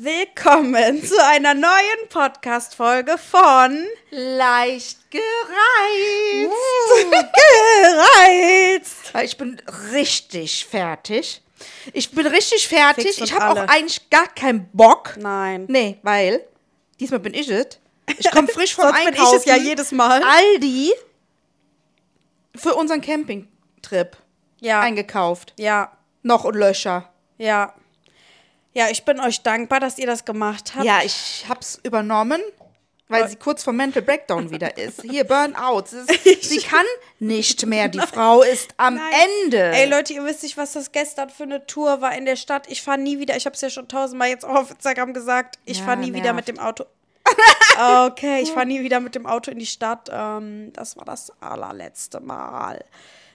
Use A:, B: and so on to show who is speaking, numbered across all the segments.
A: Willkommen zu einer neuen Podcast-Folge von
B: Leicht gereizt.
A: Hm, Gereizt.
B: Weil Ich bin richtig fertig. Ich bin richtig fertig.
A: Fix und
B: Ich habe
A: alle.
B: auch eigentlich gar keinen Bock.
A: Nein.
B: Nee, weil diesmal bin ich es. Ich komme frisch vom
A: Sonst bin ich
B: Einkaufen.
A: es ja jedes Mal.
B: Aldi für unseren Campingtrip
A: Ja.
B: eingekauft.
A: Ja,
B: Noch und Löcher.
A: ja. Ja, ich bin euch dankbar, dass ihr das gemacht habt.
B: Ja, ich hab's übernommen, weil sie kurz vor Mental Breakdown wieder ist. Hier, Burnout. Sie, ist, sie kann nicht mehr. Die Frau ist am Ende.
A: Ey Leute, ihr wisst nicht, was das gestern für eine Tour war in der Stadt. Ich fahre nie wieder, ich habe es ja schon tausendmal jetzt auch auf Instagram gesagt, ich
B: Ja,
A: fahre nie wieder
B: nervt.
A: mit dem Auto. Okay, ich fahre nie wieder mit dem Auto in die Stadt. Ähm, das war das allerletzte Mal.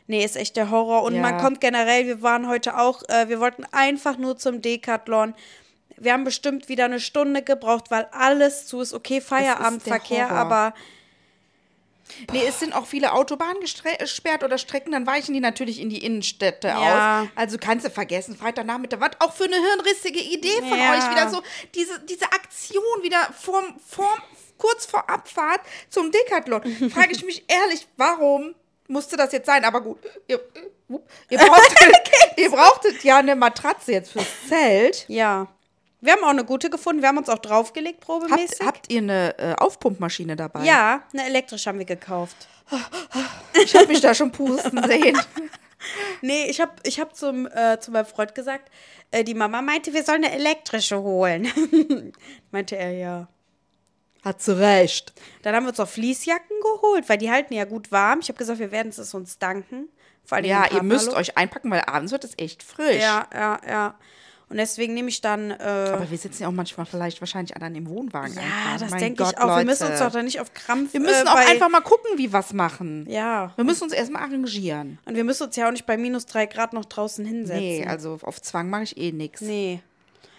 A: Nee, ist echt der Horror. Und
B: Ja.
A: man kommt generell, wir waren heute auch, äh, wir wollten einfach nur zum Decathlon. Wir haben bestimmt wieder eine Stunde gebraucht, weil alles zu ist. Okay, Feierabendverkehr,
B: Horror.
A: aber
B: Nee, es sind auch viele Autobahnen gestre- gesperrt oder Strecken, dann weichen die natürlich in die Innenstädte
A: Ja.
B: aus. Also kannst du vergessen, Freitagnachmittag, was auch für eine hirnrissige Idee von
A: Ja.
B: euch, wieder so diese, diese Aktion wieder vorm, vorm, kurz vor Abfahrt zum Decathlon. Frage ich mich ehrlich, warum musste das jetzt sein? Aber gut, ihr, äh, ihr, brauchtet, ihr brauchtet ja eine Matratze jetzt fürs Zelt.
A: ja. Wir haben auch eine gute gefunden. Wir haben uns auch draufgelegt, probemäßig.
B: Habt, habt ihr eine äh, Aufpumpmaschine dabei?
A: ja, eine elektrische haben wir gekauft.
B: Ich hab mich da schon pusten sehen.
A: Nee, ich habe ich hab zum, äh, zu meinem Freund gesagt, äh, die Mama meinte, wir sollen eine elektrische holen. meinte er ja.
B: Hat zu Recht.
A: Dann haben wir uns auch Fließjacken geholt, weil die halten ja gut warm. Ich habe gesagt, wir werden es uns danken. Vor allem
B: Ja, ihr müsst euch einpacken, weil abends wird es echt frisch.
A: Ja, ja, ja. Und deswegen nehme ich dann. Äh,
B: Aber wir sitzen ja auch manchmal vielleicht wahrscheinlich an einem Wohnwagen.
A: ja,
B: einfach.
A: das
B: Mein
A: denke
B: Gott,
A: ich auch.
B: Leute.
A: Wir müssen uns doch dann nicht auf Krampf.
B: Wir müssen
A: äh,
B: auch
A: bei-
B: einfach mal gucken, wie was machen.
A: Ja.
B: Wir müssen uns erstmal arrangieren.
A: Und wir müssen uns ja auch nicht bei minus drei Grad noch draußen hinsetzen.
B: Nee, also auf Zwang mache ich eh nichts.
A: Nee.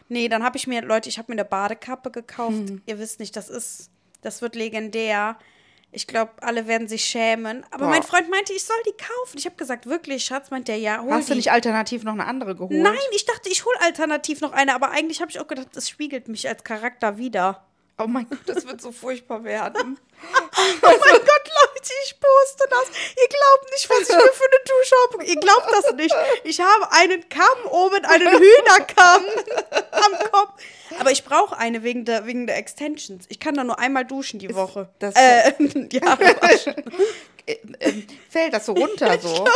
A: Nee, dann habe ich mir, Leute, ich habe mir eine Badekappe gekauft.
B: Hm.
A: Ihr wisst nicht, das ist, das wird legendär. Ich glaube, alle werden sich schämen. Aber
B: Boah.
A: mein Freund meinte, ich soll die kaufen. Ich habe gesagt, wirklich, Schatz, meint der ja. Hol
B: Hast
A: die.
B: du nicht alternativ noch eine andere geholt?
A: Nein, ich dachte, ich hole alternativ noch eine. Aber eigentlich habe ich auch gedacht, das spiegelt mich als Charakter wieder.
B: Oh mein Gott, das wird so furchtbar werden.
A: Oh mein Gott, Leute, ich poste das. Ihr glaubt nicht, was ich mir für eine Dusche habe. Ihr glaubt das nicht. Ich habe einen Kamm oben, einen Hühnerkamm am Kopf. Aber ich brauche eine wegen der, wegen der Extensions. Ich kann da nur einmal duschen die Woche.
B: das-
A: äh, ja,
B: Fällt das so runter so?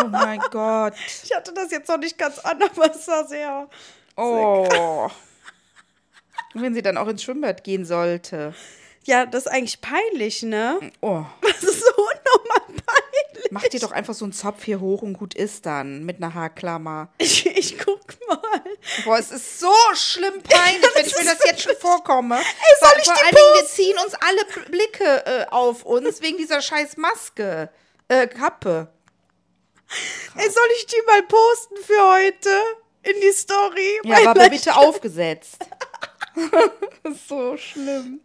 B: Oh mein Gott.
A: ich hatte das jetzt noch nicht ganz an, aber es sah sehr.
B: Oh. Und wenn sie dann auch ins Schwimmbad gehen sollte.
A: Ja, das ist eigentlich peinlich, ne?
B: Oh.
A: Das ist so unnormal peinlich.
B: Mach dir doch einfach so einen Zopf hier hoch und gut ist dann. Mit einer Haarklammer.
A: Ich, ich guck mal.
B: Boah, es ist so schlimm peinlich, wenn ich mir das jetzt schon vorkomme. Ey,
A: soll ich
B: vor
A: die
B: allen Dingen, wir ziehen uns alle P- Blicke äh, auf uns wegen dieser scheiß Maske. Äh, Kappe.
A: Ey, soll ich die mal posten für heute? In die Story?
B: Ja,
A: Weil
B: war aber
A: Leute-
B: bitte aufgesetzt. Das ist so schlimm.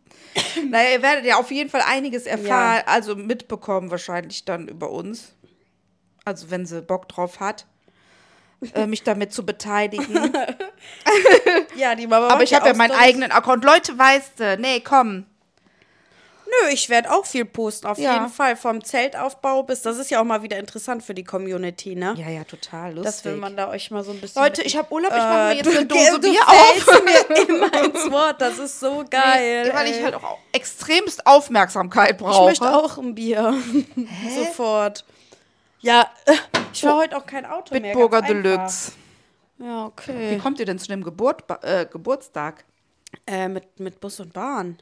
B: Naja, ihr werdet ja auf jeden Fall einiges erfahren, also mitbekommen wahrscheinlich dann über uns. Also wenn sie Bock drauf hat. äh, mich damit zu beteiligen.
A: Ja, die Mama
B: Aber
A: macht
B: ich habe ja
A: auch
B: meinen
A: Stories.
B: eigenen Account. Leute, weißt du, nee, komm.
A: Nö, ich werde auch viel posten, auf
B: Ja.
A: jeden Fall. Vom Zeltaufbau bis, das ist ja auch mal wieder interessant für die Community, ne?
B: Ja, ja, total Also Äh, lustig.
A: Dass will man da euch mal so ein bisschen.
B: Leute,
A: mit-
B: ich habe Urlaub, ich mache mir jetzt
A: du-
B: eine Dose
A: du
B: Bier
A: fällst
B: auf.
A: mir immer ins Wort, das ist so geil.
B: Nee, weil
A: ey.
B: ich halt auch extremst Aufmerksamkeit
A: Ich
B: brauche.
A: möchte auch ein Bier. Sofort. Ja, äh, ich fahre heute auch kein Auto mehr.
B: Oh. Bitburger
A: ganz einfach.
B: Deluxe.
A: Ja,
B: Wie
A: okay.
B: kommt ihr denn zu dem Geburt, äh, Geburtstag?
A: Äh, mit, mit Bus und Bahn.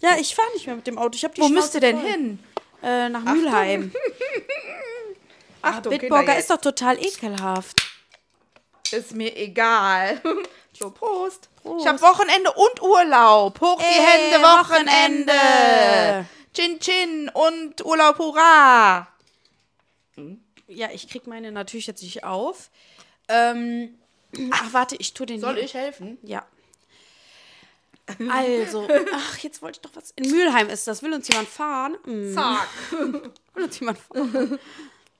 A: Ja, ich fahre nicht mehr mit dem Auto. Ich hab die
B: Ah. Wo
A: Schnauze
B: müsst ihr denn
A: voll.
B: hin?
A: Äh, nach Mülheim.
B: Ach,
A: Bitburger ist doch total ekelhaft.
B: Ah, Ist mir egal. So, Prost. Ich habe Wochenende und Urlaub. Hoch die
A: Ey,
B: Hände, Wochenende. Äh.
A: Wochenende.
B: Chin Chin und Urlaub, hurra.
A: Ja, ich krieg meine natürlich jetzt nicht auf. Ähm, ach, warte, ich tue den hier-
B: helfen?
A: Ja. Also, ach, jetzt wollte ich doch was. In Mülheim ist das. Will uns jemand fahren? Hm,
B: Zack.
A: will uns jemand fahren?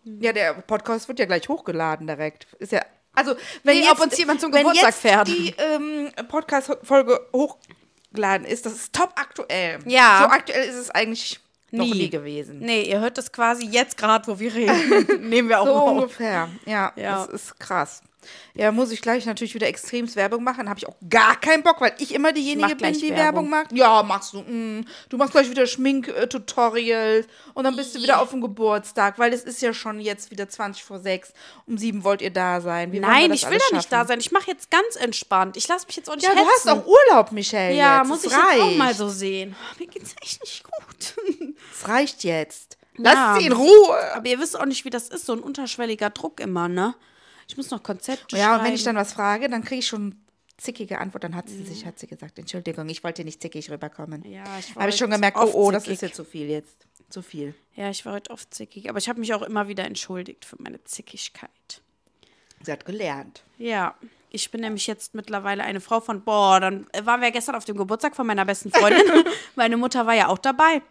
B: Ja, der Podcast wird ja gleich hochgeladen direkt. Ist ja. Also, wenn
A: Nee,
B: jetzt,
A: ob uns jemand zum
B: wenn
A: Geburtstag
B: jetzt
A: fährt.
B: die ähm, Podcast-Folge hochgeladen ist, das ist top aktuell.
A: Ja.
B: So aktuell ist es eigentlich noch nie, gewesen.
A: Hm. Nee, ihr hört das quasi jetzt gerade, wo wir reden. Nehmen wir auch
B: So
A: mal auf.
B: ungefähr. Ja,
A: Ja.
B: das ist krass. Ja, muss ich gleich natürlich wieder extremes Werbung machen. Habe ich auch gar keinen Bock, weil ich immer
A: Ich
B: diejenige
A: mach
B: bin,
A: gleich
B: die Werbung
A: Werbung.
B: macht. Ja, machst du. mm. Du machst gleich wieder Schmink-Tutorials und dann bist du wieder auf dem Geburtstag, weil es ist ja schon jetzt wieder 20 vor 6. Um 7 wollt ihr da sein. Wie wollen wir
A: Nein,
B: das
A: ich will
B: alles
A: da nicht da
B: schaffen?
A: sein. Ich mache jetzt ganz entspannt. Ich lasse mich jetzt auch nicht
B: Ja, du
A: hetzen.
B: hast auch Urlaub, Michelle.
A: Ja,
B: jetzt.
A: muss
B: es
A: ich jetzt auch
B: reicht.
A: mal so sehen. Oh, Mir geht's echt nicht gut.
B: Es reicht jetzt.
A: Ja.
B: Lass sie in Ruhe.
A: Aber ihr wisst auch nicht, wie das ist, so ein unterschwelliger Druck immer, ne? Ich muss noch Konzepte
B: Ja,
A: schreiben. Mhm.
B: und wenn ich dann was frage, dann kriege ich schon zickige Antwort. Dann hat sie sich, hat sie gesagt, Entschuldigung, ich wollte nicht zickig rüberkommen.
A: Ja, ich war
B: Habe ich schon
A: heute
B: gemerkt, oh,
A: oft
B: oh, das
A: zickig.
B: ist jetzt zu viel jetzt. Zu viel.
A: Ja, ich war heute oft zickig, aber ich habe mich auch immer wieder entschuldigt für meine Zickigkeit.
B: Sie hat gelernt.
A: Ja, ich bin nämlich jetzt mittlerweile eine Frau von, boah, dann äh, waren wir gestern auf dem Geburtstag von meiner besten Freundin. Meine Mutter war ja auch dabei.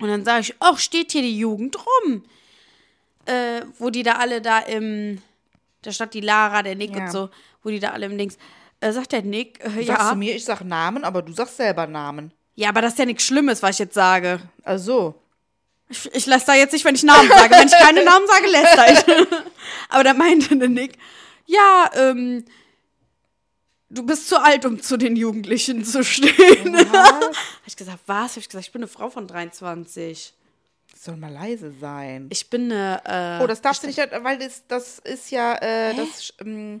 A: Und dann sage ich, ach, steht hier die Jugend rum. Äh, wo die da alle da im, da stand die Lara, der Nick
B: Ja.
A: und so, wo die da alle im Dings, äh, sagt der Nick, äh,
B: Sagst
A: ja.
B: du mir, ich sag Namen, aber du sagst selber Namen.
A: Ja, aber das ist ja nichts Schlimmes, was ich jetzt sage.
B: Also,
A: Ich, ich läster jetzt nicht, wenn ich Namen sage. Wenn ich keine Namen sage, läster ich. Aber da meinte der Nick, ja, ähm, du bist zu alt, um zu den Jugendlichen zu stehen. Habe ich gesagt, was? Habe ich gesagt, ich bin eine Frau von 23.
B: das soll mal leise sein.
A: Ich bin eine, äh,
B: oh, das darfst du nicht, weil das, das ist ja, äh, das, ähm,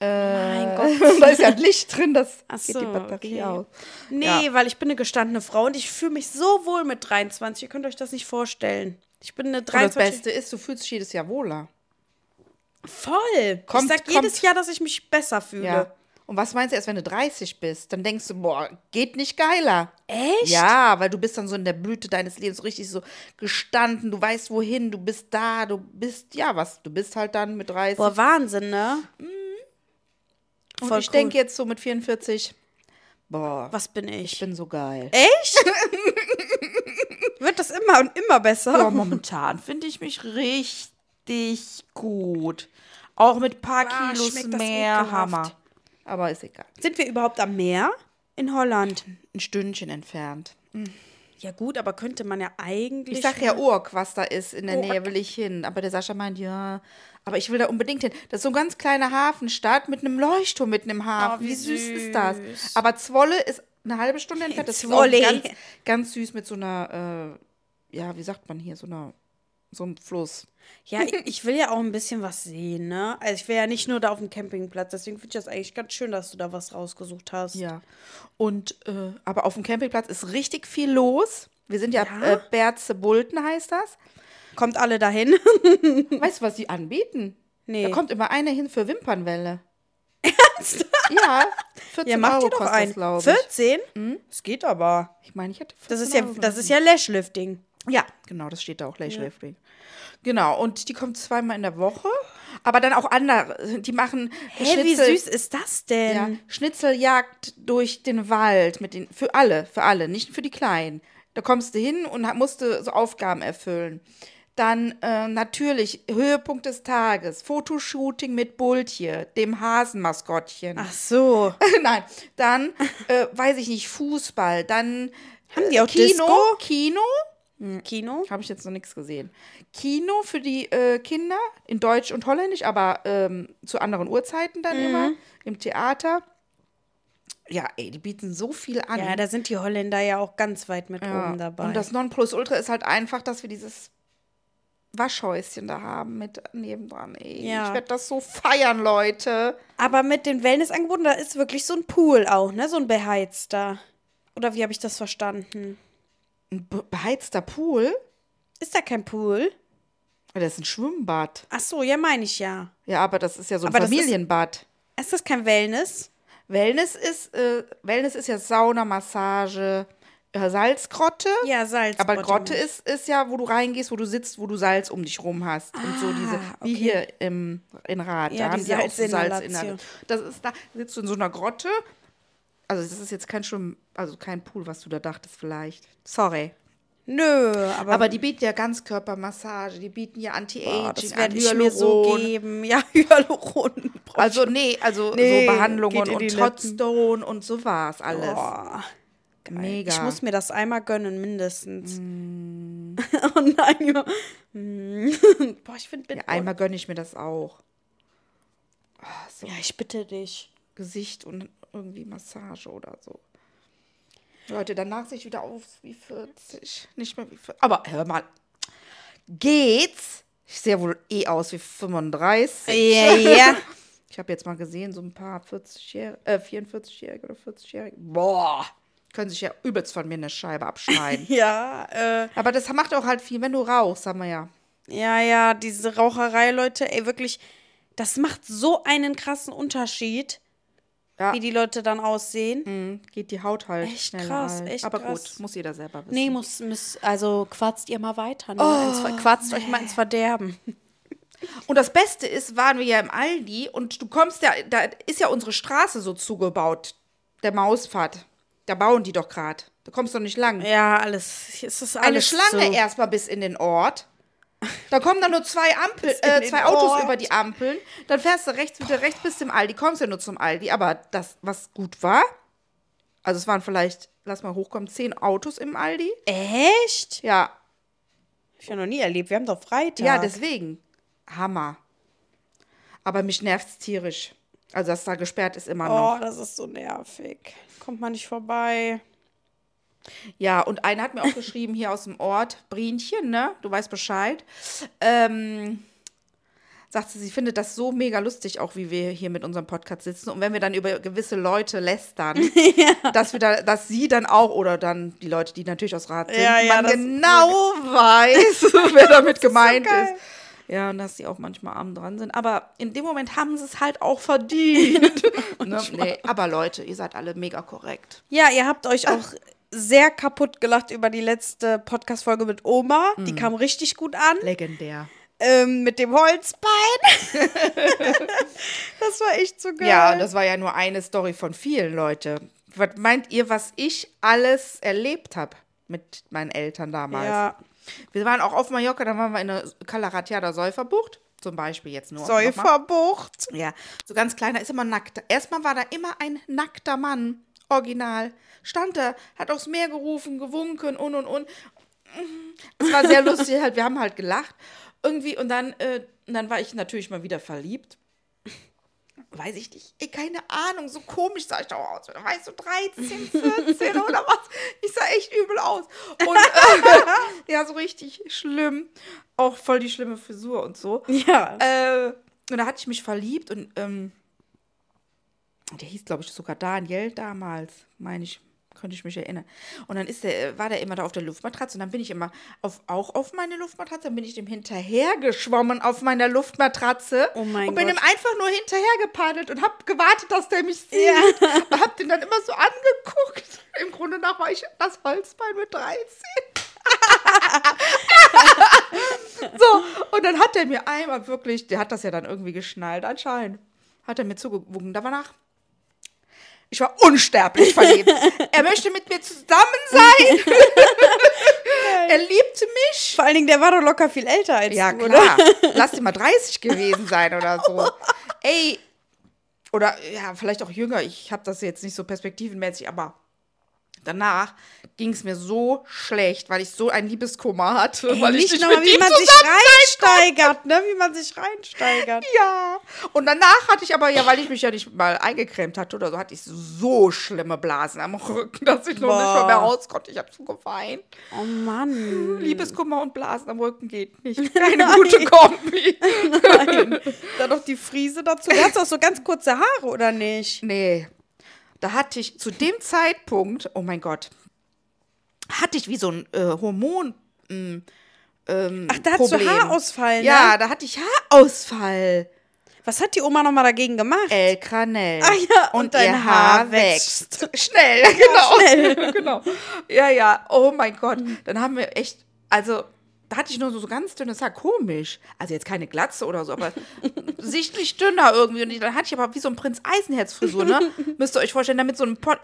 A: mein Gott.
B: da ist ja ein Licht drin, das
A: Ach
B: geht die
A: so,
B: Batterie
A: okay.
B: aus.
A: Nee, weil ich bin eine gestandene Frau und ich fühle mich so wohl mit 23. Ihr könnt euch das nicht vorstellen. Ich bin eine
B: Und das
A: 23.
B: Beste ist, du fühlst dich jedes Jahr wohler.
A: Voll.
B: Kommt,
A: ich sag
B: kommt.
A: jedes Jahr, dass ich mich besser fühle.
B: Ja. Und was meinst du erst, wenn du 30 bist? Dann denkst du, boah, geht nicht geiler.
A: Echt?
B: Ja, weil du bist dann so in der Blüte deines Lebens so richtig so gestanden, du weißt wohin, du bist da, du bist, ja, was, du bist halt dann mit 30.
A: Boah, Wahnsinn, ne?
B: und
A: voll
B: ich
A: cool.
B: denke jetzt so mit 44, boah,
A: Was bin ich?
B: ich bin so geil.
A: Echt? Wird das immer und immer besser?
B: Aber momentan finde ich mich richtig gut. Auch mit ein paar
A: Boah,
B: Kilos
A: schmeckt das
B: mehr,
A: ekelhaft.
B: Hammer. Aber ist egal.
A: Sind wir überhaupt am Meer? In Holland.
B: Ein Stündchen entfernt.
A: Ja, gut, aber könnte man ja eigentlich.
B: Ich sag ja Urk, was da ist in der
A: Urk.
B: Nähe, will ich hin. Aber der Sascha meint, ja, aber ich will da unbedingt hin. Das ist so ein ganz kleiner Hafenstadt mit einem Leuchtturm mitten im Hafen.
A: wie
B: wie süß. ist das? Aber Zwolle ist eine halbe Stunde entfernt. Das ist auch
A: Zwolle.
B: ganz, ganz süß mit so einer, äh, ja, wie sagt man hier, so einer, so einem Fluss.
A: Ja, ich- ich will ja auch ein bisschen was sehen, ne? Also, ich will ja nicht nur da auf dem Campingplatz. Deswegen finde ich das eigentlich ganz schön, dass du da was rausgesucht hast.
B: Ja. Und, äh, aber auf dem Campingplatz ist richtig viel los. Wir sind ja, Äh, Berze-Bulten heißt das.
A: Kommt alle dahin?
B: Weißt du, was die anbieten?
A: Nee.
B: Da kommt immer einer hin für Wimpernwelle. Ernst? Ja, 14
A: ja, mach
B: Euro
A: dir doch
B: kostet
A: einen.
B: das, glaube ich.
A: 14? Das Mhm. geht aber.
B: Ich meine, ich hatte 14
A: Das ist ja,
B: Euro
A: das ist
B: genommen.
A: ja Lashlifting.
B: Ja, genau, das steht da auch, Lashlifting. Genau, und die kommt zweimal in der Woche, aber dann auch andere. Die machen
A: Hä, wie
B: Schnitzel-
A: süß ist das denn?
B: Ja, Schnitzeljagd durch den Wald mit den für alle, für alle, nicht für die Kleinen. Da kommst du hin und ha- musst du so Aufgaben erfüllen. Dann äh, natürlich Höhepunkt des Tages, Fotoshooting mit Bultje, dem Hasenmaskottchen.
A: Ach so.
B: Nein, dann, äh, weiß ich nicht, Fußball, dann äh,
A: Haben die auch
B: Kino,
A: Disco?
B: Kino,
A: Kino?
B: habe ich jetzt noch nichts gesehen. Kino für die äh, Kinder in Deutsch und Holländisch, aber ähm, zu anderen Uhrzeiten
A: Mhm.
B: dann immer im Theater. Ja, ey, die bieten so viel an.
A: Ja, da sind die Holländer ja auch ganz weit mit oben dabei.
B: Und das Nonplusultra ist halt einfach, dass wir dieses Waschhäuschen da haben mit nebendran. Ey,
A: Ja.
B: Ich werde das so feiern, Leute.
A: Aber mit den Wellnessangeboten, da ist wirklich so ein Pool auch, ne? So ein beheizter. Oder wie habe ich das verstanden?
B: Ein be- beheizter Pool?
A: Ist da kein Pool?
B: Das ist ein Schwimmbad.
A: Ach so, ja, meine ich ja.
B: Ja, aber das ist ja so ein
A: Aber das ist-
B: Familienbad.
A: Ist das kein Wellness?
B: Wellness ist, äh, Wellness ist ja Sauna, Massage, äh, Salzgrotte.
A: Ja, Salz.
B: Aber Grotte ist, ist ja, wo du reingehst, wo du sitzt, wo du Salz um dich rum hast. und so diese, wie
A: Ah, okay.
B: hier im, in Rad.
A: Ja,
B: da haben
A: die
B: sie auch so Salz
A: Salzinhalation.
B: in der Das ist da, sitzt du in so einer Grotte. Also, das ist jetzt kein Schwimm, also kein Pool, was du da dachtest, vielleicht. Sorry.
A: Nö, aber,
B: Aber die bieten ja Ganzkörpermassage, die bieten ja
A: boah,
B: Anti-Aging,
A: das werde ich mir so
B: Hyaluron.
A: geben. Ja, Hyaluron.
B: Also, nee, also so
A: Nee, geht
B: Behandlungen
A: in die
B: und
A: Lippen.
B: Hotstone und so war's alles.
A: Boah,
B: Mega.
A: Ich muss mir das einmal gönnen, mindestens. oh nein, ja. Mm. Boah, ich finde
B: ja,
A: bitte.
B: einmal gönne ich mir das auch.
A: ja, ich bitte dich.
B: Gesicht und irgendwie Massage oder so. Leute, danach sehe ich wieder aus wie 40. Nicht mehr wie 40. Aber hör mal. Geht's? Ich sehe ja wohl eh aus wie 35.
A: Ja, ja.
B: Ich habe jetzt mal gesehen, so ein paar 40-Jährige, äh, 44-Jährige oder 40-Jährige. Boah. Können sich ja übelst von mir eine Scheibe abschneiden.
A: ja, äh,
B: Aber das macht auch halt viel, wenn du rauchst, haben wir ja.
A: ja, ja, diese Raucherei, Leute, ey, wirklich, das macht so einen krassen Unterschied,
B: Ja.
A: wie die Leute dann aussehen.
B: Geht die Haut halt
A: Echt
B: schneller.
A: krass,
B: alt.
A: echt
B: Aber
A: krass.
B: gut, muss jeder selber wissen.
A: Nee, muss, muss, also quatzt ihr mal weiter, ne? ins, Ver- quatzt euch mal ins Verderben.
B: Und das Beste ist, waren wir ja im Aldi und du kommst ja, da ist ja unsere Straße so zugebaut, der Mausfahrt. Da bauen die doch gerade. Da kommst du nicht lang.
A: Ja, alles, es ist
B: Eine
A: alles
B: Schlange
A: so.
B: erstmal bis in den Ort. Da kommen dann nur zwei Ampel,
A: in
B: äh,
A: den
B: zwei Autos
A: Ort.
B: über die Ampeln. Dann fährst du rechts wieder rechts bis zum Aldi, kommst ja nur zum Aldi. Aber das, was gut war, also es waren vielleicht, lass mal hochkommen, zehn Autos im Aldi.
A: Echt?
B: Ja,
A: Hab ich ja noch nie erlebt. Wir haben doch Freitag.
B: Ja, deswegen. Hammer. Aber mich nervt's tierisch. Also, dass da gesperrt ist immer noch.
A: Oh, das ist so nervig. Kommt man nicht vorbei.
B: Ja, und einer hat mir auch geschrieben hier aus dem Ort, Brienchen, ne? Du weißt Bescheid. Ähm, sagt sie, sie findet das so mega lustig, auch wie wir hier mit unserem Podcast sitzen. Und wenn wir dann über gewisse Leute lästern, dass wir da, dass sie dann auch, oder dann die Leute, die natürlich aus Rat sind,
A: Ja, ja,
B: man
A: das ist
B: genau weiß, wer damit gemeint ist. Ja, und dass sie auch manchmal arm dran sind. Aber in dem Moment haben sie es halt auch verdient. ne? nee, aber Leute, ihr seid alle mega korrekt.
A: Ja, ihr habt euch auch sehr kaputt gelacht über die letzte Podcast-Folge mit Oma.
B: Mhm.
A: Die kam richtig gut an.
B: Legendär.
A: Ähm, mit dem Holzbein. das war echt so geil.
B: Ja, das war ja nur eine Story von vielen, Leute. Was meint ihr, was ich alles erlebt habe mit meinen Eltern damals?
A: Ja.
B: Wir waren auch auf Mallorca, dann waren wir in der Calaratiada Säuferbucht, zum Beispiel jetzt nur. nochmal.
A: Säuferbucht.
B: Ja, so ganz kleiner ist immer nackt. Erstmal war da immer ein nackter Mann, original. Stand da, hat aufs Meer gerufen, gewunken und und und. Es war sehr lustig, halt, wir haben halt gelacht. Irgendwie, und dann, äh, und dann war ich natürlich mal wieder verliebt. Weiß ich nicht, ey, keine Ahnung, so komisch sah ich da auch aus. Da war ich so 13, 14 oder was. Ich sah echt übel aus. Und äh, ja, so richtig schlimm. Auch voll die schlimme Frisur und so.
A: Ja.
B: Äh, und da hatte ich mich verliebt und ähm, der hieß, glaube ich, sogar Daniel damals, meine ich, könnte ich mich erinnern. Und dann ist der, äh, war der immer da auf der Luftmatratze und dann bin ich immer auf, auch auf meine Luftmatratze, dann bin ich dem hinterhergeschwommen auf meiner Luftmatratze
A: Oh mein
B: und bin
A: Gott.
B: ihm einfach nur hinterhergepadelt und habe gewartet, dass der mich sieht. Und habe den dann immer so angeguckt. Im Grunde nach war ich das Holzbein mit 13. So, und dann hat er mir einmal wirklich, der hat das ja dann irgendwie geschnallt anscheinend, hat er mir zugewunken. Da war nach, ich war unsterblich verliebt. er möchte mit mir zusammen sein. Er liebt mich.
A: Vor allen Dingen, der war doch locker viel älter als
B: Ja,
A: du, oder?
B: klar. Lass ihn mal 30 gewesen sein oder so. Ey. Oder ja, vielleicht auch jünger. Ich habe das jetzt nicht so perspektivenmäßig, aber danach ging es mir so schlecht, weil ich so ein Liebeskummer hatte.
A: Ey,
B: weil ich
A: nicht
B: nicht
A: nochmal,
B: mit
A: wie
B: ihm
A: man sich
B: zusammen-
A: reinsteigert, ne? Wie man sich reinsteigert.
B: Ja. Und danach hatte ich aber, ja, weil ich mich ja nicht mal eingecremt hatte oder so, hatte ich so schlimme Blasen am Rücken, dass ich noch nicht mal mehr raus konnte. Ich habe so geweint.
A: Oh Mann.
B: Liebeskummer und Blasen am Rücken geht nicht. Keine gute Kombi.
A: Dann noch die Friese dazu. Du hast doch so ganz kurze Haare, oder nicht?
B: Nee. Da hatte ich zu dem Zeitpunkt, oh mein Gott, hatte ich wie so ein äh, Hormon. m, Ähm,
A: Ach, da hattest du
B: Problem.
A: Haarausfall, ne?
B: Ja, da hatte ich Haarausfall.
A: Was hat die Oma nochmal dagegen gemacht?
B: El Granell.
A: Ah ja, und dein Haar
B: Schnell, genau. Schnell. genau. Ja, ja, oh mein Gott. Dann haben wir echt, also da hatte ich nur so, so ganz dünnes Haar, komisch. Also jetzt keine Glatze oder so, aber sichtlich dünner irgendwie. Und dann hatte ich aber wie so ein Prinz Eisenherz-Frisur, ne? Müsst ihr euch vorstellen, damit so ein Pot.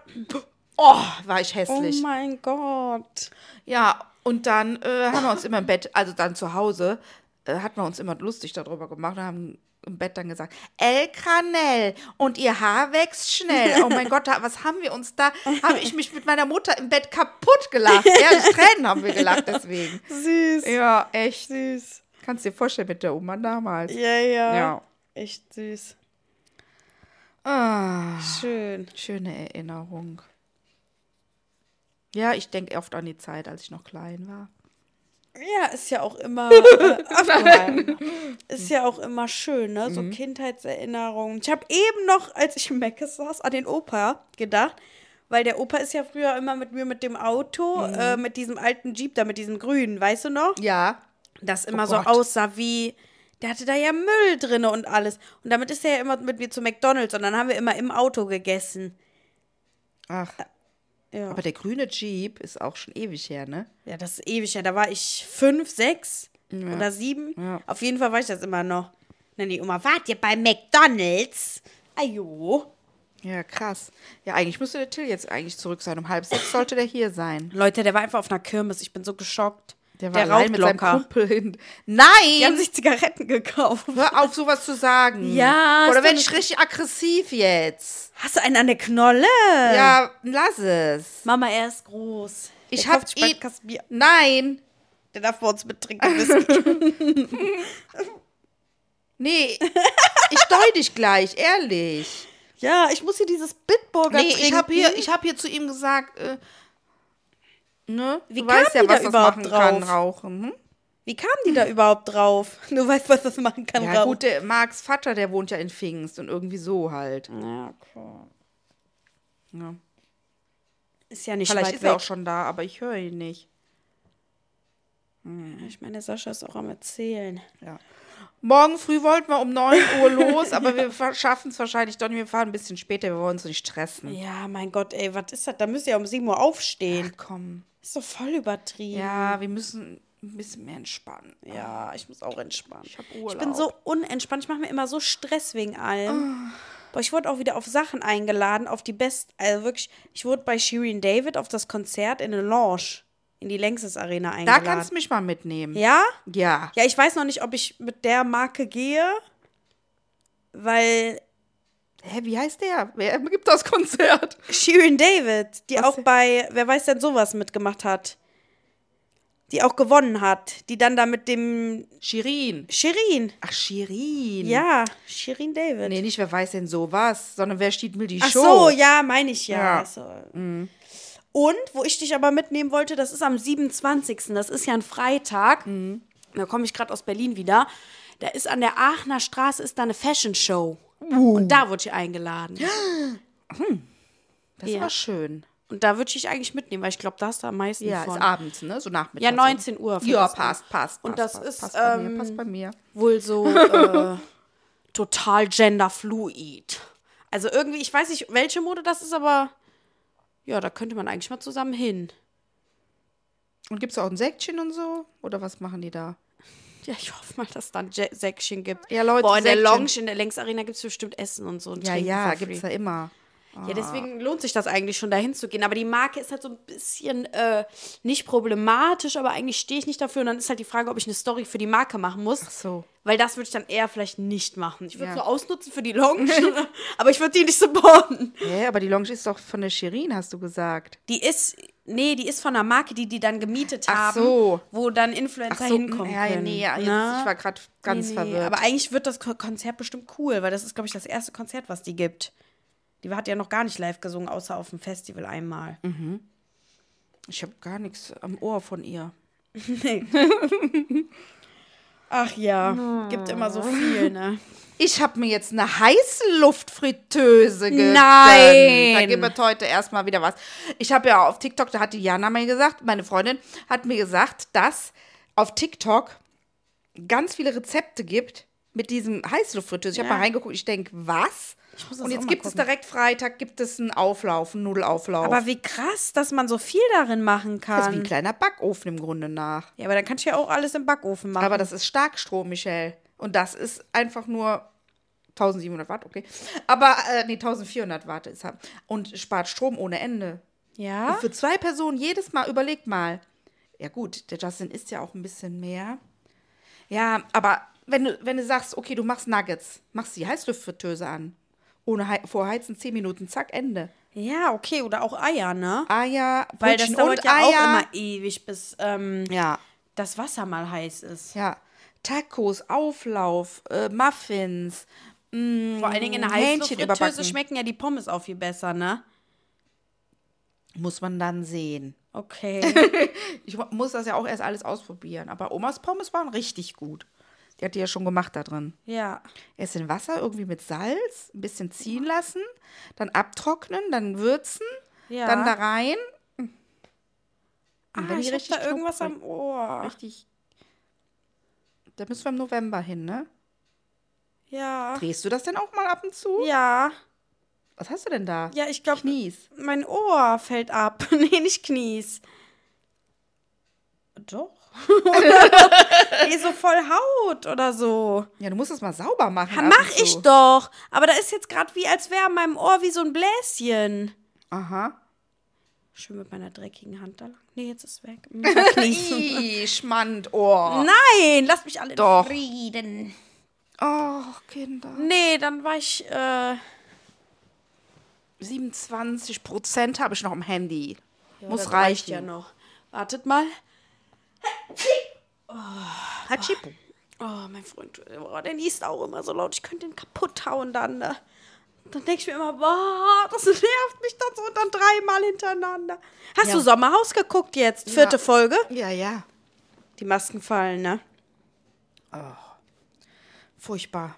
B: Oh, war ich
A: oh
B: hässlich.
A: mein Gott.
B: Ja, und dann äh, haben wir uns immer im Bett, also dann zu Hause, äh, hatten wir uns immer lustig darüber gemacht und haben im Bett dann gesagt, El Granell und ihr Haar wächst schnell. Oh mein Gott, da, was haben wir uns da, habe ich mich mit meiner Mutter im Bett kaputt gelacht. Ehrlich, Tränen haben wir gelacht deswegen.
A: Süß.
B: Ja, echt.
A: Süß.
B: Kannst dir vorstellen mit der Oma damals.
A: Ja, ja.
B: Ja.
A: Echt süß.
B: Ah,
A: Schön.
B: schöne Erinnerung. Ja, ich denke oft an die Zeit, als ich noch klein war.
A: Ja, ist ja auch immer äh, abgehalten. Ist ja auch immer schön, ne?
B: Mhm.
A: So Kindheitserinnerungen. Ich habe eben noch, als ich im Meckes saß, an den Opa gedacht, weil der Opa ist ja früher immer mit mir mit dem Auto, äh, mit diesem alten Jeep da, mit diesem grünen, weißt du noch?
B: Mhm. Ja.
A: das immer
B: Oh
A: so
B: Gott.
A: aussah wie. Der hatte da ja Müll drin und alles. Und damit ist er ja immer mit mir zu McDonalds und dann haben wir immer im Auto gegessen.
B: Ach.
A: Ja,
B: Aber der grüne Jeep ist auch schon ewig her, ne?
A: ja das ist ewig her. Da war ich fünf, sechs oder sieben.
B: Ja.
A: Auf jeden Fall war ich das immer noch. Dann die Oma, wart ihr bei McDonalds? Ajo.
B: Ja, krass. Ja, eigentlich müsste der Till jetzt eigentlich zurück sein. Um halb sechs sollte der hier sein.
A: Leute, der war einfach auf einer Kirmes. Ich bin so geschockt.
B: Der war allein
A: raucht
B: mit seinem Kumpel hin. Nein!
A: Die haben sich Zigaretten gekauft.
B: Hör auf, sowas zu sagen.
A: Ja,
B: Oder
A: ist doch
B: werde ich
A: nicht-
B: richtig aggressiv jetzt?
A: Hast du einen an der Knolle?
B: Ja, lass es.
A: Mama, er ist groß.
B: Ich
A: Der
B: hab
A: kauft
B: eh.
A: Spätkastenbier.
B: Nein!
A: Der darf bei uns mittrinken. wissen.
B: Nee. ich deue dich gleich, ehrlich.
A: Ja, ich muss hier dieses Bitburger
B: Nee,
A: trinken.
B: ich habe hier, ich hab hier zu ihm gesagt, äh, ne?
A: Wie
B: du
A: kam
B: weißt ja,
A: die da
B: was das
A: überhaupt
B: machen
A: drauf?
B: kann, Rauchen. Hm?
A: Wie kamen die da überhaupt drauf? Du weißt, was das machen kann.
B: Ja,
A: Raoul.
B: gut, der Marks Vater, der wohnt ja in Pfingst und irgendwie so halt.
A: Ja, cool.
B: Ja.
A: Ist ja nicht
B: Vielleicht
A: weit
B: ist
A: weg.
B: er auch schon da, aber ich höre ihn nicht.
A: Ich meine, Sascha ist auch am Erzählen.
B: Morgen früh wollten wir um 9 Uhr los, aber wir schaffen es wahrscheinlich doch nicht. Wir fahren ein bisschen später, wir wollen uns nicht stressen.
A: Ja, mein Gott, ey, was ist das? Da müsst ihr ja um 7 Uhr aufstehen.
B: Komm.
A: Ist doch voll übertrieben.
B: Ja, wir müssen ein bisschen mehr entspannen.
A: Ja, ich muss auch entspannen. Ich,
B: hab Urlaub. Ah.
A: bin so unentspannt. Ich mache mir immer so Stress wegen allem. Boah, ich wurde auch wieder auf Sachen eingeladen, auf die best, also wirklich, ich wurde bei Shirin David auf das Konzert in der Lounge, in die Längstes Arena
B: Da
A: eingeladen.
B: kannst du mich mal mitnehmen.
A: Ja?
B: Ja.
A: Ja, ich weiß noch nicht, ob ich mit der Marke gehe, weil
B: Hä, wie heißt der? Wer gibt das Konzert?
A: Shirin David, die
B: Was
A: auch
B: denn?
A: bei Wer weiß denn sowas mitgemacht hat, die auch gewonnen hat, die dann da mit dem
B: Shirin.
A: Shirin.
B: Ach, Shirin.
A: Ja, Shirin David.
B: Nee, nicht wer weiß denn sowas, sondern wer steht mir die
A: Ach
B: Show?
A: so, ja, meine ich ja.
B: Ja.
A: Ach so. Und wo ich dich aber mitnehmen wollte, das ist am 27. Das ist ja ein Freitag.
B: Mhm.
A: Da komme ich gerade aus Berlin wieder. Da ist an der Aachener Straße ist da eine Fashion Show.
B: Uh.
A: Und da wurde ich eingeladen.
B: Hm. Das
A: Ja.
B: war schön.
A: Und da würde ich dich eigentlich mitnehmen, weil ich glaube, da ist da am meisten
B: Ja,
A: von.
B: ist abends, ne? So nachmittags.
A: Ja, 19 Uhr fängt
B: Ja,
A: das an.
B: passt, passt.
A: Und
B: passt,
A: das
B: passt,
A: ist,
B: passt bei
A: ähm,
B: mir, passt bei mir.
A: wohl so äh, total genderfluid. Also irgendwie, ich weiß nicht, welche Mode das ist, aber ja, da könnte man eigentlich mal zusammen hin.
B: Und gibt es auch ein Säckchen und so? Oder was machen die da?
A: Ja, ich hoffe mal, dass es dann Je- Säckchen gibt.
B: Ja, Leute,
A: Boah, in der
B: Säckchen.
A: Lounge, in der Längs Arena gibt es bestimmt Essen und so. Und
B: Ja,
A: Trinken
B: ja,
A: for free.
B: gibt es da immer.
A: Ja, deswegen lohnt sich das eigentlich schon, dahin zu gehen. Aber die Marke ist halt so ein bisschen äh, nicht problematisch, aber eigentlich stehe ich nicht dafür. Und dann ist halt die Frage, ob ich eine Story für die Marke machen muss. Ach
B: so.
A: Weil das würde ich dann eher vielleicht nicht machen. Ich würde es
B: Ja.
A: nur ausnutzen für die Lounge, aber ich würde die nicht supporten.
B: Hä, aber die Lounge ist doch von der Shirin, hast du gesagt.
A: Die ist, nee, die ist von einer Marke, die die dann gemietet
B: Ach
A: haben,
B: so.
A: wo dann Influencer hinkommen
B: mm, ja,
A: können.
B: nee, ja, jetzt,
A: ne?
B: ich war gerade ganz
A: Nee, nee,
B: verwirrt.
A: Aber eigentlich wird das Ko- Konzert bestimmt cool, weil das ist, glaube ich, das erste Konzert, was die gibt. Die hat ja noch gar nicht live gesungen, außer auf dem Festival einmal.
B: Hm. ich habe gar nichts am Ohr von ihr.
A: Ach ja, gibt immer so viel, ne?
B: Ich habe mir jetzt eine Heißluftfritteuse gegönnt.
A: Nein.
B: Da gibt es heute erstmal wieder was. Ich habe ja auf TikTok, da hat die Jana mir gesagt, meine Freundin hat mir gesagt, dass auf TikTok ganz viele Rezepte gibt mit diesem Heißluftfritteuse. Ich habe mal reingeguckt, ich denke, was?
A: muss das
B: Und
A: auch
B: jetzt
A: mal
B: gibt es
A: gucken.
B: direkt Freitag, gibt es einen Auflauf, einen Nudelauflauf.
A: Aber wie krass, dass man so viel darin machen
B: das ist wie ein
A: kann.
B: kleiner Backofen im Grunde nach.
A: Ja, aber dann kannst du ja auch alles im Backofen machen.
B: Aber das ist Starkstrom, Michelle. Und das ist einfach nur 1700 Watt, okay. Aber, äh, nee, 1400 Watt ist er. Und spart Strom ohne Ende.
A: ja?
B: Und für zwei Personen jedes Mal, überleg mal. Ja, gut, der Justin isst ja auch ein bisschen mehr. Ja, aber wenn du, wenn du sagst, okay, du machst Nuggets, machst die Heißluftfritteuse an. Ohne Hei- Vorheizen 10 Minuten, zack, Ende.
A: Ja, okay, oder auch Eier, ne?
B: Eier,
A: Weil das
B: Brötchen Hm. und
A: dauert ja
B: Eier.
A: auch immer ewig, bis ähm,
B: Ja,
A: das Wasser mal heiß ist.
B: ja. Tacos, Auflauf, äh, Muffins,
A: Vor allen Dingen in der
B: Hm. Hähnchen
A: Heißluftfritteuse
B: überbacken.
A: schmecken ja die Pommes auch viel besser, ne?
B: Muss man dann sehen.
A: Okay.
B: Ich mu- muss das ja auch erst alles ausprobieren. Aber Omas Pommes waren richtig gut. Die hat die ja schon gemacht da drin.
A: ja.
B: Erst in Wasser irgendwie mit Salz, ein bisschen ziehen lassen, dann abtrocknen, dann würzen,
A: Ja.
B: dann da rein. Und
A: Ah, ich hab da irgendwas
B: knusprig-
A: am Ohr.
B: Richtig. Da müssen wir im November hin, ne?
A: Ja.
B: Drehst du das denn auch mal ab und zu?
A: Ja.
B: Was hast du denn da?
A: Ja, ich glaube,
B: Knies.
A: mein Ohr fällt ab. nee, nicht Knies. Doch. Hier so voll Haut oder so.
B: Ja, du musst es mal sauber machen.
A: Ha,
B: ab
A: mach
B: und
A: ich
B: zu.
A: doch. Aber da ist jetzt gerade wie, als wäre an meinem Ohr wie so ein Bläschen.
B: Aha.
A: Schön mit meiner dreckigen Hand da lang. Nee, jetzt ist weg. Hm, da Knies.
B: Ih, Schmandohr.
A: Nein, lasst mich alle in
B: Doch.
A: Frieden.
B: Oh, Kinder.
A: Nee, dann war ich. Äh,
B: 27 Prozent habe ich noch im Handy. Muss
A: das
B: reichen.
A: reicht ja noch. Wartet mal.
B: Hatschipu.
A: Oh, mein Freund, oh, der niest auch immer so laut. Ich könnte ihn kaputt hauen dann. Ne? Dann denke ich mir immer, boah, das nervt mich dann so und dann dreimal hintereinander. Hast du Sommerhaus geguckt jetzt? Vierte Folge?
B: Ja, ja.
A: Die Masken fallen, ne?
B: Furchtbar.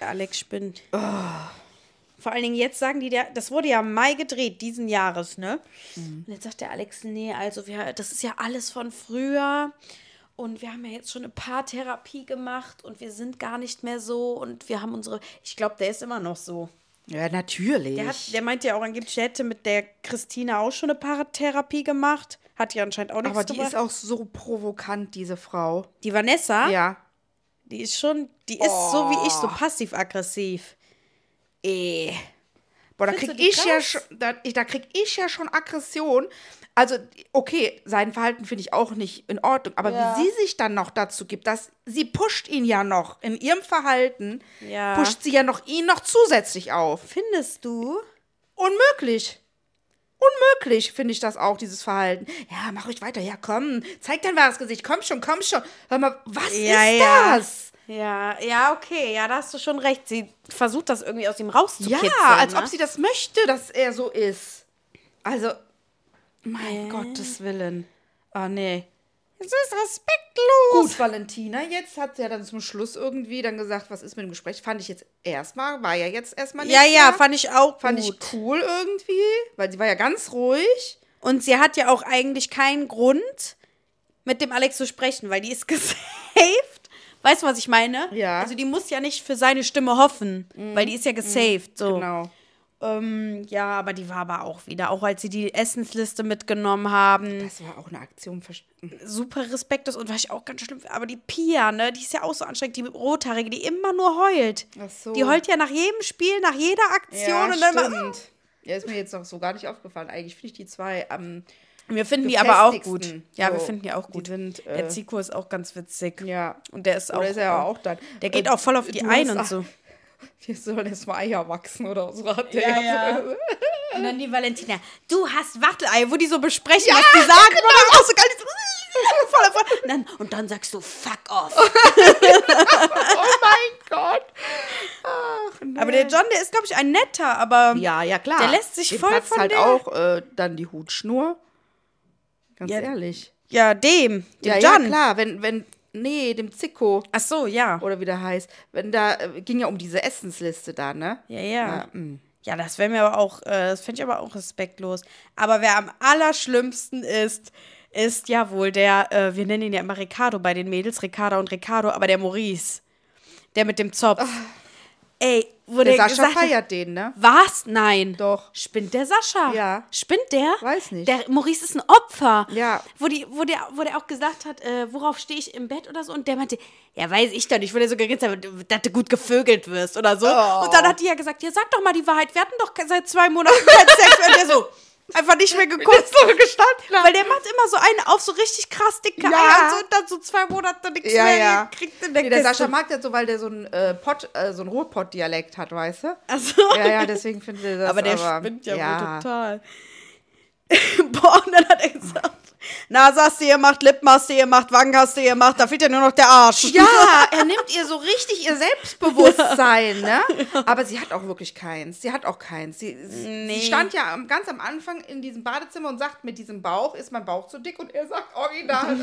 A: Der Alex spinnt. Vor allen Dingen jetzt sagen die, der, das wurde ja im Mai gedreht, diesen Jahres, ne? Und jetzt sagt der Alex, nee, also wir, das ist ja alles von früher. Und wir haben ja jetzt schon eine Paartherapie gemacht und wir sind gar nicht mehr so und wir haben unsere. Ich glaube, der ist immer noch so.
B: Ja, natürlich.
A: Der, hat, der meint ja auch angeblich, der hätte mit der Christine auch schon eine Paartherapie gemacht. Hat ja anscheinend auch nichts
B: Aber die
A: gebracht.
B: ist auch so provokant, diese Frau.
A: Die Vanessa,
B: Ja. Oh.
A: die ist schon, die ist so wie ich, so passiv-aggressiv.
B: Eh. Boah, da krieg
A: Findest du die
B: ich ja
A: krass?
B: schon, da, ich- da krieg ich ja schon Aggression. Also, okay, sein Verhalten finde ich auch nicht in Ordnung. Aber wie sie sich dann noch dazu gibt, dass sie pusht ihn ja noch in ihrem Verhalten,
A: Ja.
B: pusht sie ja noch ihn noch zusätzlich auf.
A: Findest du?
B: Unmöglich. Unmöglich finde ich das auch, dieses Verhalten. Ja, mach ruhig weiter. Ja, komm. Zeig dein wahres Gesicht. Komm schon, komm schon. Hör mal, was
A: Ja,
B: ist
A: ja.
B: das?
A: Ja, ja, okay, ja, da hast du schon recht. Sie versucht das irgendwie aus ihm
B: Ja,
A: rauszukitzeln.
B: als
A: ne?
B: ob sie das möchte, dass er so ist. Also, mein Gottes Willen. Ah, nee.
A: Das ist respektlos.
B: Gut, Valentina, jetzt hat sie ja dann zum Schluss irgendwie dann gesagt, was ist mit dem Gespräch? Fand ich jetzt erstmal, war ja jetzt erstmal
A: Ja,
B: nichts
A: ja,
B: mehr.
A: fand ich auch
B: fand
A: gut.
B: ich cool irgendwie, weil sie war ja ganz ruhig.
A: Und sie hat ja auch eigentlich keinen Grund, mit dem Alex zu sprechen, weil die ist gesaved. Weißt du, was ich meine?
B: Ja.
C: Mhm.
A: Also die muss ja nicht für seine Stimme hoffen, weil die ist ja gesaved. So.
B: Genau. Ähm, ja, aber die war aber auch wieder, auch als sie die Essensliste mitgenommen haben.
C: Das war auch eine Aktion. versch-
B: Super respektlos und war ich auch ganz schlimm. Aber die Pia, ne, die ist ja auch so anstrengend, die rothaarige, die immer nur heult.
C: Ach so.
B: Die heult ja nach jedem Spiel, nach jeder Aktion und dann immer,
C: stimmt. Ja, ist mir jetzt noch so gar nicht aufgefallen. Eigentlich finde ich die zwei am.
B: Wir finden die aber auch gut.
C: gefestigsten.
B: Ja,
C: So,
B: wir finden die auch
C: die
B: gut.
C: sind, äh,
B: der Zico ist auch ganz witzig.
C: Ja.
B: Und der ist auch.
C: Oder ist er ja auch dann.
B: Der geht
C: Äh,
B: auch voll auf die
C: du
B: ein
C: hast-
B: und so.
C: Wir sollen erstmal Eier wachsen oder so. Hat der
B: Ja, ja. Und dann die Valentina. Du hast Wachtelei, wo die so besprechen, was die sagen.
C: genau.
B: Und dann auch so gar nicht so. voll auf- Und dann, und dann sagst du, fuck off.
C: Oh mein Gott.
B: Aber der John, der ist, glaube ich, ein netter, aber.
C: Ähm, Ja, ja, klar.
B: Der lässt sich
C: Dem
B: voll
C: platzt
B: von
C: halt
B: der-
C: auch äh, dann die Hutschnur. Ganz
B: Ja,
C: ehrlich.
B: Ja, dem. Dem
C: Ja,
B: John.
C: ja, klar. Wenn, wenn, nee, dem Zicko.
B: Ach so, ja.
C: Oder wie der heißt. Wenn da, äh, ging ja um diese Essensliste da, ne?
B: Ja, ja. Ja, das wäre mir aber auch, äh, das fände ich aber auch respektlos. Aber wer am allerschlimmsten ist, ist ja wohl der, äh, wir nennen ihn ja immer Ricardo bei den Mädels, Ricarda und Ricardo, aber der Maurice. Der mit dem Zopf. Ey, wo
C: Der
B: der,
C: Sascha
B: gesagt hat,
C: feiert den, ne?
B: Was? Nein.
C: Doch.
B: Spinnt der Sascha?
C: Ja.
B: Spinnt der?
C: Weiß nicht.
B: Der Maurice ist ein Opfer.
C: Ja.
B: Wo, die, wo, der, wo der auch gesagt hat, äh, worauf stehe ich im Bett oder so. Und der meinte, ja, weiß ich doch nicht. Wo der sogar gesagt hat, dass du gut gevögelt wirst oder so.
C: Oh.
B: Und dann hat die ja gesagt, ja, sag doch mal die Wahrheit. Wir hatten doch ke- seit zwei Monaten keinen Sex. Und der so, einfach nicht mehr geguckt.
C: so gestanden hat.
B: Weil der macht immer so einen auf so richtig krass dicke
C: Ja.
B: Eier und, so, und dann so zwei Monate nichts
C: Ja,
B: mehr
C: ja.
B: kriegt in der
C: Nee,
B: Kiste.
C: der Sascha mag das so, weil der so ein äh, Pott, äh, so ein Ruhrpott-Dialekt hat, weißt du?
B: Also,
C: Ja, ja, deswegen findet er das.
B: aber der spinnt ja, wohl
C: ja.
B: total. Boah, und dann hat er gesagt, Nase hast du gemacht, Lippen hast du gemacht, Wangen hast du gemacht, da fehlt ja nur noch der Arsch.
C: Ja, er nimmt ihr so richtig ihr Selbstbewusstsein, ne? Aber sie hat auch wirklich keins. Sie hat auch keins. Sie, sie stand ja am, ganz am Anfang in diesem Badezimmer und sagt, mit diesem Bauch ist mein Bauch zu dick. Und er sagt original,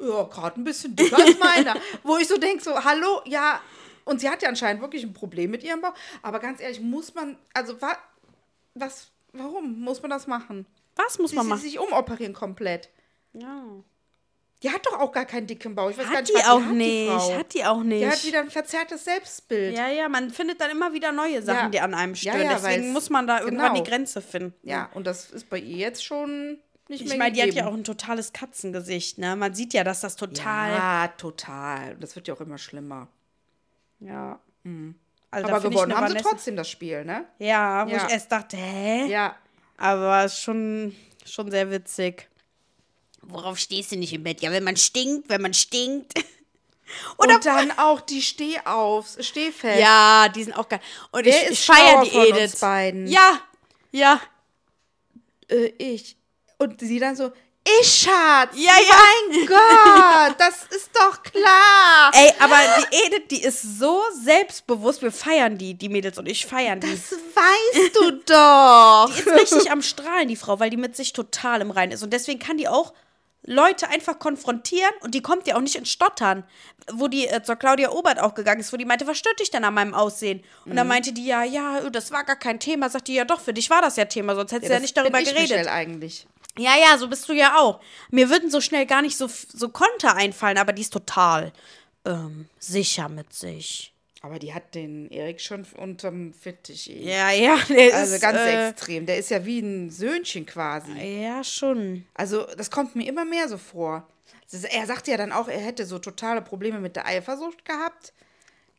C: äh, ja, gerade ein bisschen dicker als meiner. Wo ich so denke, so, hallo, ja. Und sie hat ja anscheinend wirklich ein Problem mit ihrem Bauch. Aber ganz ehrlich, muss man, also wa, was, warum muss man das machen?
B: Was muss
C: Sie, sie sich umoperieren komplett. Die hat doch auch gar keinen dicken Bauch. Ich weiß gar
B: Hat
C: nicht,
B: die
C: was
B: auch
C: hat,
B: nicht,
C: Die Frau.
B: hat die auch
C: Der hat
B: nicht.
C: wieder ein verzerrtes Selbstbild. Ja.
B: Ja, ja, man findet dann immer wieder neue Sachen,
C: Ja.
B: die an einem
C: Ja,
B: stören.
C: ja,
B: Deswegen
C: weil's-
B: muss man da irgendwann
C: genau.
B: die Grenze finden.
C: und das ist bei ihr jetzt schon nicht mehr
B: Ich meine, die hat
C: gegeben.
B: ja auch ein totales Katzengesicht, ne? Man sieht ja, dass das total.
C: Ja, total. Und Das wird ja auch immer schlimmer.
B: Ja. Also, da
C: Aber
B: find ich
C: gewonnen
B: eine
C: haben sie
B: Vanessa-
C: trotzdem das Spiel, ne?
B: Ja, wo
C: Ja.
B: ich erst dachte, hä?
C: Ja.
B: Aber ist schon, schon sehr witzig. Worauf stehst du nicht im Bett? Ja, wenn man stinkt, wenn man stinkt.
C: Und, dann auch die Stehaufs, Stehfest.
B: Ja, die sind auch geil. Und
C: Wer
B: ich,
C: ist
B: ich feiere
C: schlauer
B: die
C: von uns
B: Edith.
C: beiden?
B: Ja, ja.
C: Äh, ich. Und sie dann so, ich, Schatz.
B: Ja,
C: Mein Gott, das ist doch klar.
B: Ey, aber die Edith, die ist so selbstbewusst. Wir feiern die, die Mädels und ich feiern die.
C: Das weißt du doch.
B: Die ist richtig am Strahlen, die Frau, weil die mit sich total im Reinen ist. Und deswegen kann die auch Leute einfach konfrontieren und die kommt ja auch nicht ins Stottern. Wo die äh, zur Claudia Obert auch gegangen ist, wo die meinte, was stört dich denn an meinem Aussehen? Und
C: Mhm.
B: dann meinte die, ja, ja, das war gar kein Thema. Sagt die, ja doch, für dich war das ja Thema, sonst hättest du ja
C: Das
B: nicht darüber
C: bin ich,
B: geredet.
C: Michelle, eigentlich.
B: Ja, ja, so bist du ja auch. Mir würden so schnell gar nicht so, so Konter einfallen, aber die ist total ähm, sicher mit sich.
C: Aber die hat den Erik schon ähm, unterm Fittich. ey.
B: Ja, ja, der
C: Also
B: ist,
C: ganz
B: äh,
C: extrem. Der ist ja wie ein Söhnchen quasi.
B: Ja, schon.
C: Also das kommt mir immer mehr so vor. Das ist- Er sagte ja dann auch, er hätte so totale Probleme mit der Eifersucht gehabt.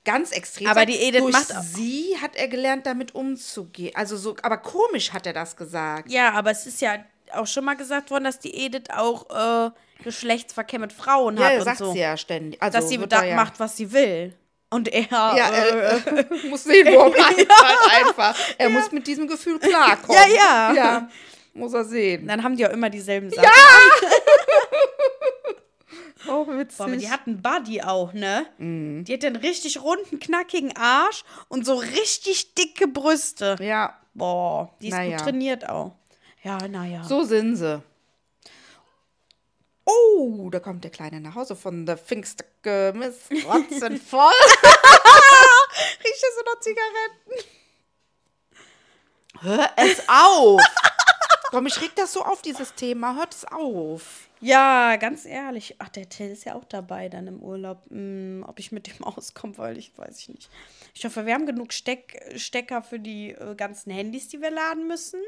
C: Ganz extrem.
B: Aber die Edith
C: Durch
B: macht auch-
C: sie hat er gelernt, damit umzugehen. Also so, aber komisch hat er das gesagt.
B: Ja, aber es ist ja auch schon mal gesagt worden, dass die Edith auch äh, Geschlechtsverkehr mit Frauen
C: Ja,
B: hat
C: er
B: und
C: sagt
B: so.
C: sie ja ständig. Also
B: dass sie
C: wird
B: da
C: er ja,
B: macht, was sie will. Und er.
C: Ja,
B: äh,
C: äh, äh, muss sehen, wo er bleibt halt einfach. Er muss mit diesem Gefühl klarkommen.
B: Ja, ja.
C: ja. Muss er sehen.
B: dann haben die ja immer dieselben Sachen. Ja!
C: Auch witzig.
B: Aber die hat einen Buddy auch, ne?
C: Mhm.
B: Die hat den richtig runden, knackigen Arsch und so richtig dicke Brüste.
C: ja,
B: Boah, die ist
C: Naja.
B: gut trainiert auch. Ja,
A: Ah.
B: naja.
C: So sind sie. Oh, da kommt der Kleine nach Hause von der Pfingstke Miss Rotzen voll. Riecht das so nach Zigaretten? Hör es auf!
B: Komm, mich regt das so auf, dieses Thema. Hört es auf.
A: Ja, ganz ehrlich. Ach, der Till ist ja auch dabei dann im Urlaub. Hm, ob ich mit dem auskomme, weil ich weiß ich nicht. Ich hoffe, wir haben genug Steck Stecker für die äh, ganzen Handys, die wir laden müssen.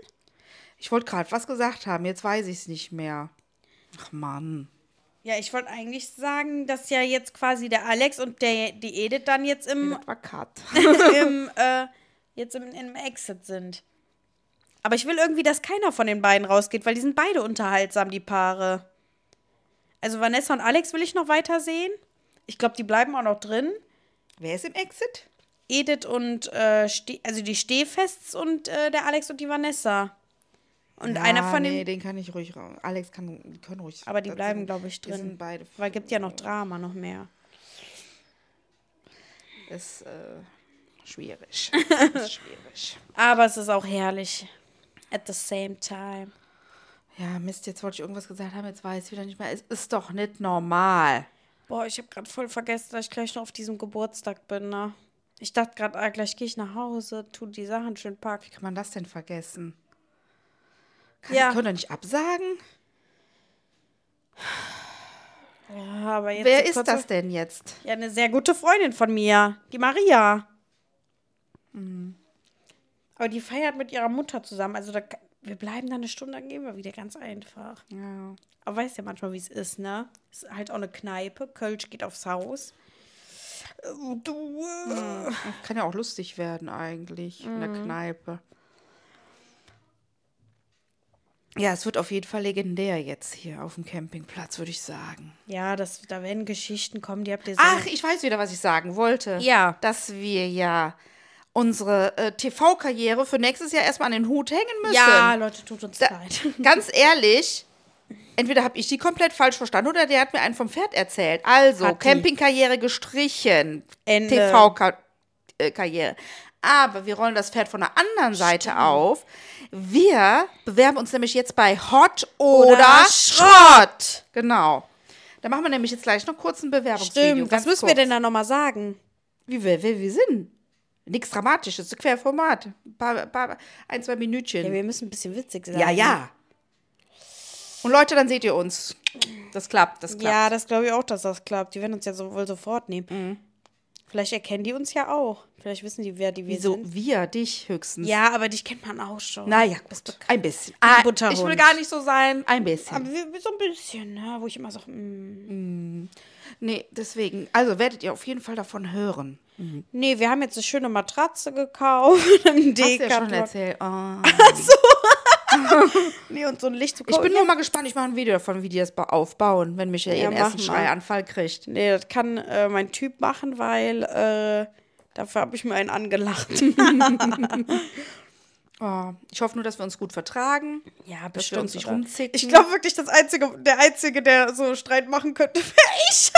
B: Ich wollte gerade was gesagt haben, jetzt weiß ich es nicht mehr. Ach Mann.
A: Ja, ich wollte eigentlich sagen, dass ja jetzt quasi der Alex und der, die Edith dann jetzt im,
B: Das war Cut.
A: im, äh, jetzt im, im Exit sind. Aber ich will irgendwie, dass keiner von den beiden rausgeht, weil die sind beide unterhaltsam, die Paare. Also Vanessa und Alex will ich noch weiter sehen. Ich glaube, die bleiben auch noch drin.
B: Wer ist im Exit?
A: Edith und, äh, Ste also die Stehfests und äh, der Alex und die Vanessa. Und einer
B: Ah,
A: von den,
B: Nee, den kann ich ruhig raus. Alex kann, die können ruhig.
A: aber die
B: das
A: bleiben,
B: sind-
A: glaube ich,
B: Die
A: drin.
B: sind beide.
A: Weil gibt ja noch Drama, noch mehr.
B: Ist äh, schwierig. ist schwierig.
A: Aber es ist auch herrlich. At the same time.
B: Ja, Mist, jetzt wollte ich irgendwas gesagt haben, jetzt weiß ich wieder nicht mehr. Es ist doch nicht normal.
A: Boah, ich habe gerade voll vergessen, dass ich gleich noch auf diesem Geburtstag bin, ne? Ich dachte gerade, ah, gleich gehe ich nach Hause, tu die Sachen schön pack.
B: Kann man das denn vergessen? Kann,
A: Ja.
B: Können wir nicht absagen?
A: Ja, aber jetzt
B: Wer
A: die
B: ist
A: kurze-
B: das denn jetzt?
A: Ja, eine sehr gute Freundin von mir, die Maria. Mhm. Aber die feiert mit ihrer Mutter zusammen. Also da, wir bleiben da eine Stunde, dann gehen wir wieder ganz einfach.
B: Ja.
A: Aber weißt ja manchmal, wie es ist, ne? Ist halt auch eine Kneipe. Kölsch geht aufs Haus. Äh, Du. äh,
B: Kann ja auch lustig werden eigentlich in
A: Mhm.
B: der Kneipe. Ja, es wird auf jeden Fall legendär jetzt hier auf dem Campingplatz, würde ich sagen.
A: Ja, das, da werden Geschichten kommen, die habt ihr
B: Ach, ich weiß wieder, was ich sagen wollte.
A: Ja.
B: Dass wir ja unsere äh, TV-Karriere für nächstes Jahr erstmal an den Hut hängen müssen.
A: Ja, Leute, tut uns
B: Da,
A: leid.
B: ganz ehrlich, entweder habe ich die komplett falsch verstanden oder der hat mir einen vom Pferd erzählt. Also,
A: Hat die.
B: Campingkarriere gestrichen,
A: Ende.
B: TV-Karriere. Aber wir rollen das Pferd von der anderen Seite auf. Wir bewerben uns nämlich jetzt bei Hot oder,
A: Oder
B: Schrott. Genau. Da machen wir nämlich jetzt gleich noch kurz ein Bewerbungsvideo.
A: Stimmt, was
B: ganz
A: müssen wir
B: kurz.
A: denn da nochmal sagen?
B: Wie wir, wir, wir sind. Nichts Dramatisches, Querformat. Ein, paar, paar, ein zwei Minütchen.
A: Ja, wir müssen ein bisschen witzig sein.
B: Ja, ja. Und Leute, dann seht ihr uns. Das klappt, das klappt. Mhm.
A: Ja, das glaube ich auch, dass das klappt. Die werden uns ja so, wohl sofort nehmen. Vielleicht erkennen die uns ja auch. Vielleicht wissen die, wer die wir
B: Wieso
A: sind.
B: wir, dich höchstens?
A: Ja, aber dich kennt man auch schon.
B: Naja,
A: Du bist
B: gut.
A: bekannt.
B: Ein bisschen. Ah,
A: Butterhund.
B: ich will gar nicht so sein. Ein
A: Aber
B: bisschen.
A: wir- so ein bisschen, ne? wo ich immer so, mm.
B: Nee, deswegen. Also werdet ihr auf jeden Fall davon hören.
A: nee, wir haben jetzt eine schöne Matratze gekauft, einen
B: Hast du ja schon
A: Decathlon.
B: erzählt. Oh.
A: Nee, und so ein Licht zu
B: Ich bin nur mal gespannt. Ich mache ein Video davon, wie die das ba- aufbauen, wenn Michael
A: Ja,
B: ihren
A: mach
B: ersten
A: mal.
B: Schreianfall kriegt.
A: Nee, das kann äh, mein Typ machen, weil äh, dafür habe ich mir einen angelacht.
B: Oh. Ich hoffe nur, dass wir uns gut vertragen.
A: Ja,
B: Dass wir uns nicht
A: oder?
B: rumzicken.
A: Ich glaube wirklich, das einzige, der Einzige, der so Streit machen könnte, wäre ich.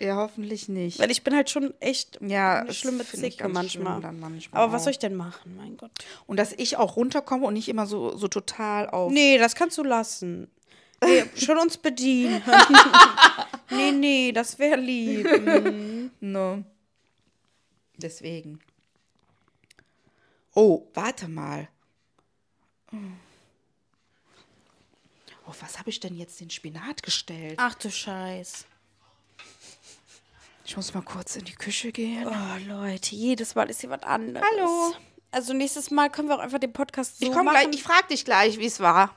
B: Ja, hoffentlich nicht.
A: Weil ich bin halt schon echt
B: Ja,
A: eine
B: das
A: schlimme
B: find ich
A: Zicke
B: ganz
A: manchmal.
B: schlimm dann manchmal
A: Aber was
B: auch.
A: soll ich denn machen, mein Gott?
B: Und dass ich auch runterkomme und nicht immer so, so total auf.
A: Nee, das kannst du lassen. Nee, schon uns bedienen. nee, nee, das wäre lieb.
B: Ne. Deswegen. Oh, warte mal. Auf Oh, was habe ich denn jetzt den Spinat gestellt?
A: Ach du Scheiß.
B: Ich muss mal kurz in die Küche gehen.
A: Oh, Leute, jedes Mal ist hier was anderes.
B: Hallo.
A: Also nächstes Mal können wir auch einfach den Podcast so
B: ich komme
A: machen.
B: gleich, ich frage dich gleich, wie es war.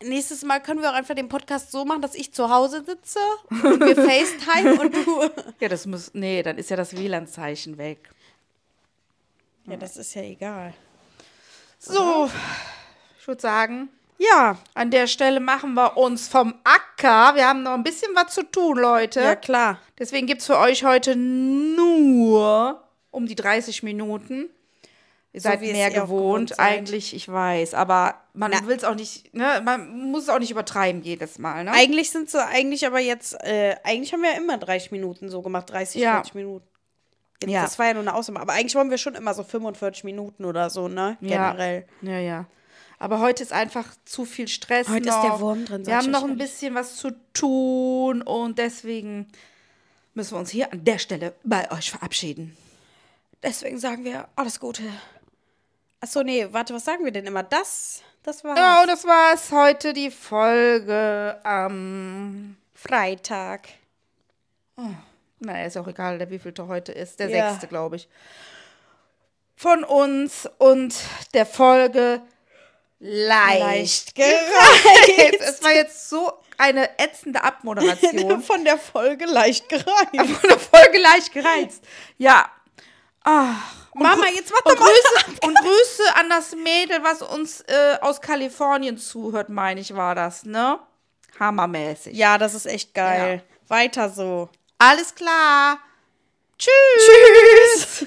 A: Nächstes Mal können wir auch einfach den Podcast so machen, dass ich zu Hause sitze und wir FaceTime und du.
B: Ja, das muss. Nee, dann ist ja das WLAN-Zeichen weg.
A: Ja, das ist ja egal.
B: So, ich würde sagen,
A: Ja,
B: an der Stelle machen wir uns vom Acker. Wir haben noch ein bisschen was zu tun, Leute.
A: ja klar.
B: Deswegen gibt es für euch heute nur um die 30 Minuten. Ihr seid
A: wie es
B: mehr
A: ihr auch gewohnt
B: gewohnt,
A: seid.
B: eigentlich, ich weiß, aber man will es auch nicht, ne, man muss es auch nicht übertreiben jedes Mal, ne?
A: Eigentlich sind so eigentlich aber jetzt, äh, eigentlich haben wir ja immer 30 Minuten so gemacht, 30,
B: Ja.
A: 40 Minuten. Jetzt,
B: Ja.
A: Das war ja nur eine Ausnahme, aber eigentlich wollen wir schon immer so 45 Minuten oder so, ne? Generell.
B: Ja, ja, ja. Aber heute ist einfach zu viel Stress.
A: Heute ist
B: noch.
A: der Wurm drin, sag
B: Wir
A: ich
B: haben noch
A: euch
B: ein
A: ehrlich.
B: bisschen was zu tun und deswegen müssen wir uns hier an der Stelle bei euch verabschieden.
A: Deswegen sagen wir alles Gute. Achso, nee, warte, was sagen wir denn immer? Das, Das war
B: Ja, und das war's heute die Folge am.
A: Freitag.
B: Naja, ist auch egal, wie viel heute ist. Der
A: Ja.
B: sechste, glaube ich. Von uns und der Folge Leicht.
A: gereizt.
B: Es war jetzt so eine ätzende Abmoderation.
A: Von der Folge leicht gereizt.
B: Von der Folge Leicht gereizt. Ja. Ach, Mama, jetzt mach doch mal Grüße, Und Grüße an das Mädel, was uns äh, aus Kalifornien zuhört, meine ich, war das, ne? Hammermäßig.
A: Ja, das ist echt geil. Weiter so.
B: Alles klar.
A: Tschüss.